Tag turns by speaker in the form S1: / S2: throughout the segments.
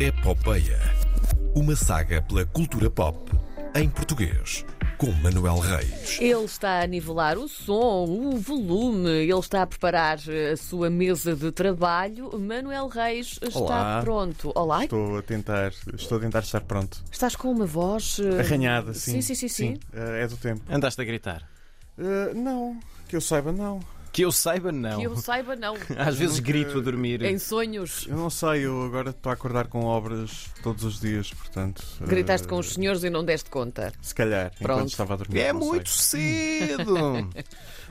S1: Epopeia. É Uma saga pela cultura pop em português, com Manuel Reis.
S2: Ele está a nivelar o som, o volume, ele está a preparar eh, a sua mesa de trabalho. Manuel Reis está
S3: Olá.
S2: pronto. Olá,
S3: Estou a tentar, estou a tentar estar pronto.
S2: estás com uma voz. eh,
S3: Arranhada, sim.
S2: Sim, sim, sim, sim.
S3: Eh, é do tempo.
S4: Andaste a gritar.
S3: Eh, não, que eu saiba, não.
S4: Que eu saiba, É não.
S2: Que eu saiba, não.
S4: Às vezes
S3: Nunca-
S4: grito a dormir.
S2: em sonhos.
S3: Eu não sei, eu agora estou a acordar com obras todos os dias, portanto. eh,
S2: Gritaste com os senhores e não deste conta.
S3: Se calhar,
S2: Pronto.
S3: enquanto estava a dormir.
S4: É
S3: não sei.
S4: muito cedo!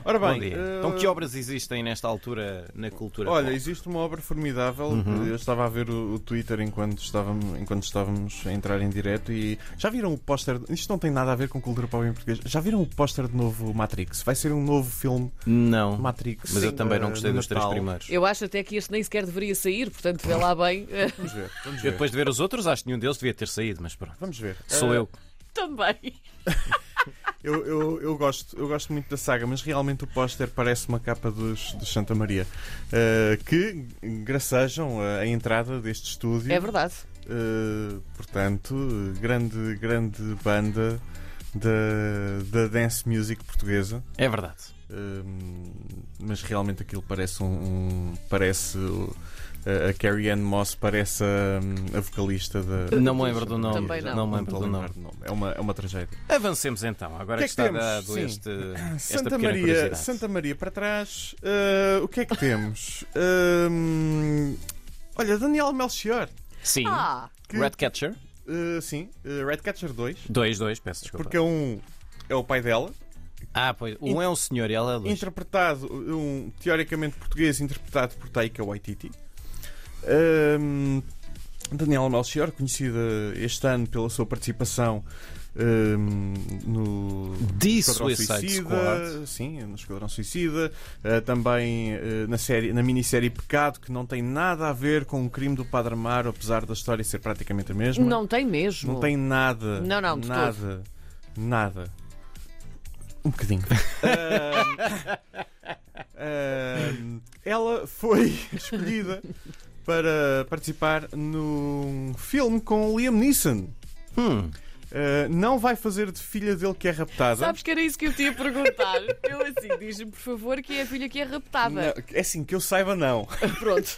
S3: Ora
S4: Bom
S3: bem,
S4: dia.
S3: eh,
S4: Então, que obras existem nesta altura na cultura?
S3: Olha,
S4: pop?
S3: existe uma obra formidável.
S4: Uhum.
S3: Eu estava a ver o, o Twitter enquanto estávamos, enquanto estávamos a entrar em direto e já viram o póster. Isto não tem nada a ver com cultura pop em português. Já viram o póster de novo Matrix? Vai ser um novo filme
S4: não.
S3: Matrix.
S4: Mas eu também não
S3: eh,
S4: gostei
S3: no
S4: dos três
S3: Natal.
S4: primeiros. Eu...
S2: Eu acho até que este nem sequer deveria sair, portanto, vê lá bem. eh,
S3: Vamos ver, vamos ver.
S4: Depois de ver os outros, acho que nenhum deles devia ter saído, mas pronto.
S3: Vamos ver.
S4: Sou
S3: Eh,
S4: eu.
S2: Também.
S3: Eu, eu, eu gosto, eu gosto muito da saga, mas realmente o póster parece uma capa dos, dos Santa Maria. eh, que gracejam a, a entrada deste estúdio.
S2: É verdade.
S3: Eh, portanto, grande, grande banda da, da dance music portuguesa.
S4: É verdade.
S3: Hum, mas realmente aquilo parece um. um- parece. o- a a Carrie Ann Moss parece a, a vocalista da.
S4: Não me lembro do nome.
S2: Também não.
S4: não me lembro
S3: estou a
S4: do
S3: lembrar
S4: nome.
S3: do nome. É uma, é uma tragédia.
S4: Avancemos então, agora
S3: O que é
S4: que,
S3: que
S4: está
S3: temos?
S4: dado
S3: Sim.
S4: este, esta
S3: Santa
S4: pequena
S3: Maria,
S4: curiosidade.
S3: Santa Maria para trás. eh, o que é que temos? Hum, olha, Daniel Melchior.
S4: Sim.
S2: Ah,
S3: que-
S4: Ratcatcher.
S3: eh, sim, eh, Redcatcher 2.
S4: Dois, dois, peço desculpa.
S3: Porque é um. É o pai dela,
S4: Ah, pois. Um é um senhor e ela é a luz.
S3: interpretado, um teoricamente português, interpretado por Taika Waititi. Hum, Daniela Melchior, conhecida este ano pela sua participação hum, no
S4: The
S3: Esquadrão
S4: é Suicide Squad.
S3: sim, no Esquadrão Suicida, Ah, também eh, na, série, na minissérie Pecado, que não tem nada a ver com o crime do Padre Amaro, apesar da história ser praticamente a mesma.
S2: não tem mesmo.
S3: é- Não tem nada.
S2: Não, não, de
S3: Nada. Nada. Um bocadinho. Ahm, ahm, ela foi escolhida para participar num filme com Liam Neeson.
S4: Hum.
S3: Ah, não vai fazer de filha dele que é raptada.
S2: Sabes que era isso que eu te ia perguntar. Eu assim, diz-me, por favor, que é a filha que é raptada.
S3: Não, é assim, que eu saiba não.
S2: Pronto,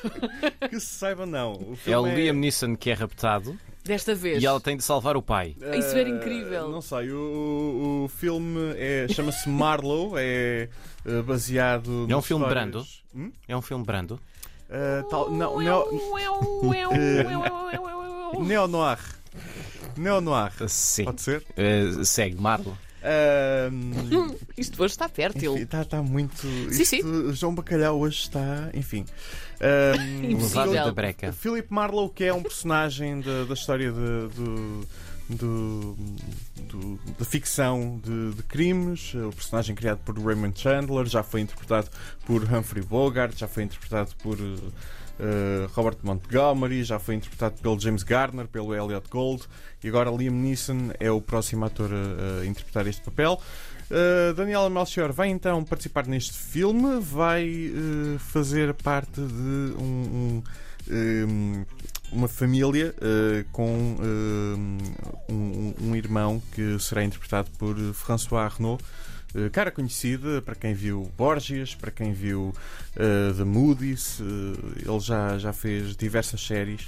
S3: Que se saiba não. O
S4: É o
S3: filme
S4: Liam Neeson que é raptado
S2: desta vez.
S4: e ela tem de salvar o pai.
S2: Isso era
S3: Eh,
S2: incrível.
S3: Não sei, o, o filme é- chama-se Marlow, é eh, baseado.
S4: É um
S3: nas
S4: filme
S3: histórias-
S4: brando?
S3: Hum?
S4: É um filme brando.
S3: Eh, tal- não, neo, neo-noir. Neo-noir.
S4: Sim.
S3: Pode ser?
S4: Eh, segue, Marlo.
S3: Ahm,
S2: Isto hoje está fértil.
S3: enfim, está, está muito.
S2: Ehm, Sim,
S3: isto- João Bacalhau hoje está. Enfim. ehm, Ahm,
S2: Impossível.
S4: Levado
S3: Philip-
S4: da breca.
S3: Philip Marlowe, que é um personagem da, da história de- do. do- do- da ficção de, de crimes, o personagem criado por Raymond Chandler, já foi interpretado por Humphrey Bogart, já foi interpretado por eh, Robert Montgomery, já foi interpretado pelo James Garner, pelo Elliot Gold e agora Liam Neeson é o próximo ator a, a interpretar este papel. Eh, Daniela Melchior vai então participar neste filme, vai eh, fazer parte de um- um, um, uma família eh, com eh, um, um irmão que será interpretado por François Renault. eh, Cara conhecida para quem viu Borgias, para quem viu eh, The Moody's, eh, ele já, já fez diversas séries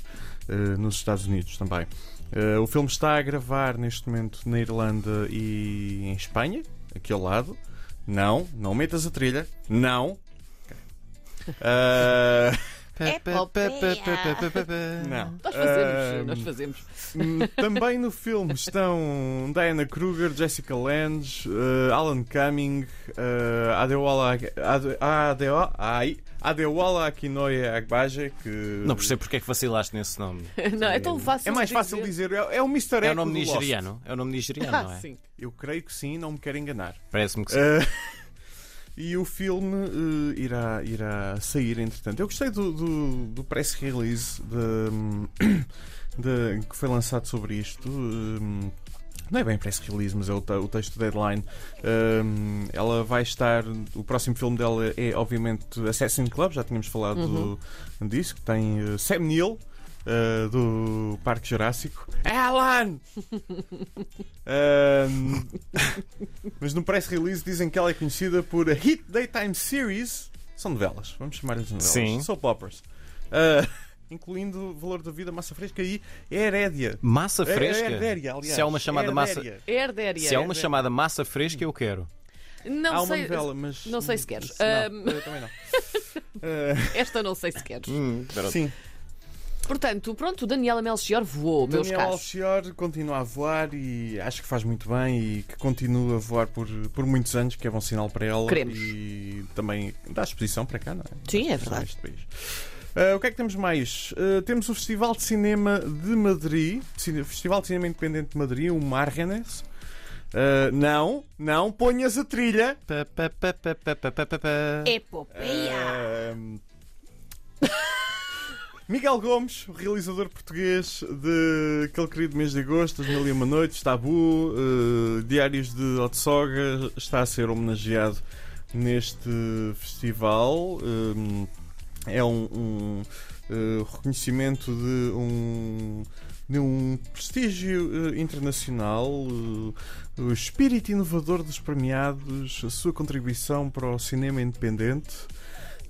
S3: eh, nos Estados Unidos também. Eh, o filme está a gravar neste momento na Irlanda e em Espanha, aqui ao lado. Não, não metas a trilha. Não. Ah, não.
S2: Nós fazemos,
S3: Ah,
S2: nós fazemos.
S3: Hum, Também no filme estão Diana Kruger, Jessica Lange, eh, Alan Cumming, eh, Adeola, Ade- Adeo- ai, Adeola Akinoye Agbaje, que
S4: Não percebo porque é que vacilaste nesse nome.
S2: Não, é tão fácil.
S3: é mais
S2: de
S3: fácil dizer, é, é o Mr.
S4: É o
S3: Echo
S4: nome
S3: do Lost.
S4: nigeriano. É o nome nigeriano, não
S2: Ah,
S4: é?
S2: sim.
S3: Eu creio que sim, não me quero enganar.
S4: Parece-me que sim.
S3: Eh, e o filme eh, irá, irá sair, entretanto. Eu gostei do, do, do press release de, hum, de- que foi lançado sobre isto. eh, não é bem press release, mas é o, te- o texto deadline. Eh, ela vai estar. O próximo filme dela é, obviamente, Assassin's Club, já tínhamos falado
S2: Uhum.
S3: disso, que tem eh, Sam Neill. eh, eh, do Parque Jurássico. É, Alan! Ahm, mas no press release dizem que ela é conhecida por a Hit Daytime Series. São novelas, vamos chamar-lhes novelas.
S4: Sim.
S3: Soap operas. Ah, incluindo Valor da Vida, Massa Fresca e Herédia.
S4: Massa
S3: É- é
S4: fresca?
S3: Herdéria, aliás.
S4: Se é uma chamada massa.
S3: Herdéria.
S2: Herdéria.
S4: Se é uma chamada massa fresca, eu quero.
S2: Não
S3: Há uma
S2: sei,
S3: novela, mas.
S2: não sei se queres.
S3: Não,
S2: Ahm.
S3: eu também não. Ah,
S2: Esta não sei se queres.
S3: Hum, sim,
S2: Portanto, pronto, Daniela Melchior voou, meus
S3: Daniel
S2: caros.
S3: Alcior continua a voar e acho que faz muito bem e que continua a voar por, por muitos anos, que é bom sinal para ela.
S2: Queremos.
S3: E também dá exposição para cá, não é?
S2: Sim, é
S3: Exposição a
S2: verdade.
S3: este país. Ah, o que é que temos mais? Ah, temos o Festival de Cinema de Madrid, Cine- Festival de Cinema Independente de Madrid, o Marrenes. Ah, não, não ponhas a trilha.
S4: Pa, pa, pa, pa, pa, pa, pa, pa, pa.
S2: Epopeia!
S3: Ahm. Ehm, Miguel Gomes, o realizador português de aquele querido mês de agosto, 2000 e uma noites, Tabu, eh, Diários de Otsoga, está a ser homenageado neste festival. Ahm, é um, um, eh, reconhecimento de um, de um prestígio eh, internacional, eh, o espírito inovador dos premiados, a sua contribuição para o cinema independente.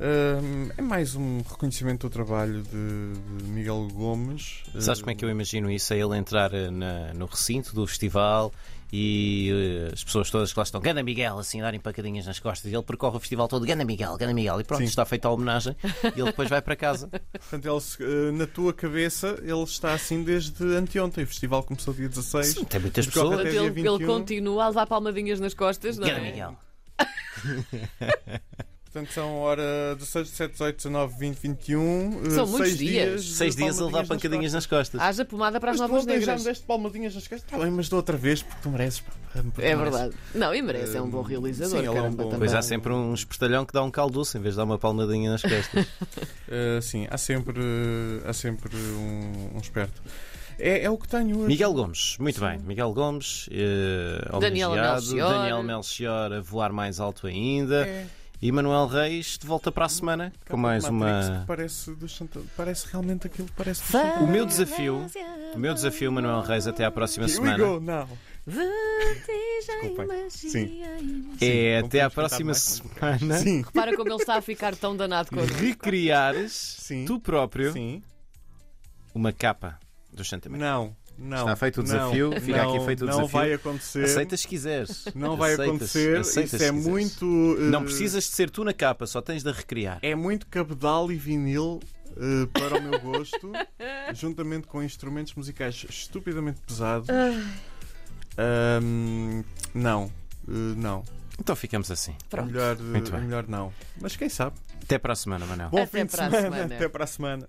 S3: Ahm, é mais um reconhecimento do trabalho de, de Miguel Gomes. Eh,
S4: Sabes como é que eu imagino isso? É ele entrar eh, na- no recinto do festival e eh, as pessoas todas que lá estão, Ganda Miguel, assim, darem pacadinhas nas costas. E ele percorre o festival todo, Ganda Miguel, Ganda Miguel, e pronto,
S3: Sim.
S4: está feita a homenagem. E ele depois vai para casa.
S3: Portanto, ele se- eh, na tua cabeça, ele está assim desde anteontem. O festival começou dia 16.
S4: Sim, tem muitas
S3: Decorre
S4: pessoas.
S2: Portanto,
S3: até dia
S2: ele,
S3: 21.
S2: ele continua a levar palmadinhas nas costas, não
S4: Ganda
S2: é?
S4: Miguel.
S3: Portanto, são hora 16, 17, 18, 19, 20, 21. eh,
S2: São muitos
S3: seis
S2: dias.
S3: de
S4: Seis dias ele dá
S3: palmadinhas nas
S4: pancadinhas nas costas.
S2: Haja pomada para as
S3: Mas tu
S2: novas
S3: ontem já
S2: negras.
S3: me deste palmadinhas nas costas. Está bem, mas dou outra vez porque tu mereces. pá, pá, porque tu
S2: É
S3: mereces.
S2: verdade. Não, e merece, é um bom realizador.
S3: sim, ele é um
S2: caramba,
S3: bom-
S4: Pois
S2: também.
S4: há sempre um espertalhão que dá um caldoço em vez de dar uma palmadinha nas costas.
S3: Eh, sim, há sempre, há sempre um, um esperto. É, é o que tenho hoje.
S4: Miguel Gomes, muito bem. Miguel Gomes, eh,
S2: Daniela
S4: homenageado.
S2: Melchior.
S4: Daniel Melchior a voar mais alto ainda.
S3: É,
S4: E Manuel Reis de volta para a semana
S3: cá
S4: com mais
S3: tem Matrix que
S4: uma.
S3: Parece, do Santa- parece realmente aquilo que parece. do
S2: Fã.
S3: Santa-
S4: O meu desafio, o meu desafio, Manuel Reis, até à próxima
S3: Here we
S4: semana. É,
S3: go now. Desculpem. Sim.
S4: É
S3: Sim,
S4: até à
S3: não podemos
S4: próxima semana
S3: Sim,
S2: Repara como ele está a ficar tão danado connosco.
S4: recriares
S3: Sim.
S4: tu próprio
S3: sim.
S4: uma capa do Santamento.
S3: Não, não.
S4: Está feito o
S3: não,
S4: desafio,
S3: Não,
S4: fica aqui feito o
S3: não
S4: desafio.
S3: vai acontecer.
S4: Aceitas se quiseres.
S3: Não vai
S4: Aceitas-
S3: acontecer.
S4: aceitas
S3: Isso
S4: se
S3: é
S4: quiseres.
S3: muito.
S4: Não
S3: eh,
S4: precisas de ser tu na capa, só tens de a recriar.
S3: É muito cabedal e vinil eh, para o meu gosto, juntamente com instrumentos musicais estupidamente pesados. Ahm, não, eh, não.
S4: Então ficamos assim.
S3: É
S2: Pronto.
S3: melhor, eh,
S4: Muito
S3: é
S4: bem.
S3: melhor não. Mas quem sabe?
S4: Até para a semana, Manel.
S3: Bom
S2: Até
S3: fim de
S2: para a
S3: semana.
S2: semana.
S3: Até para a semana.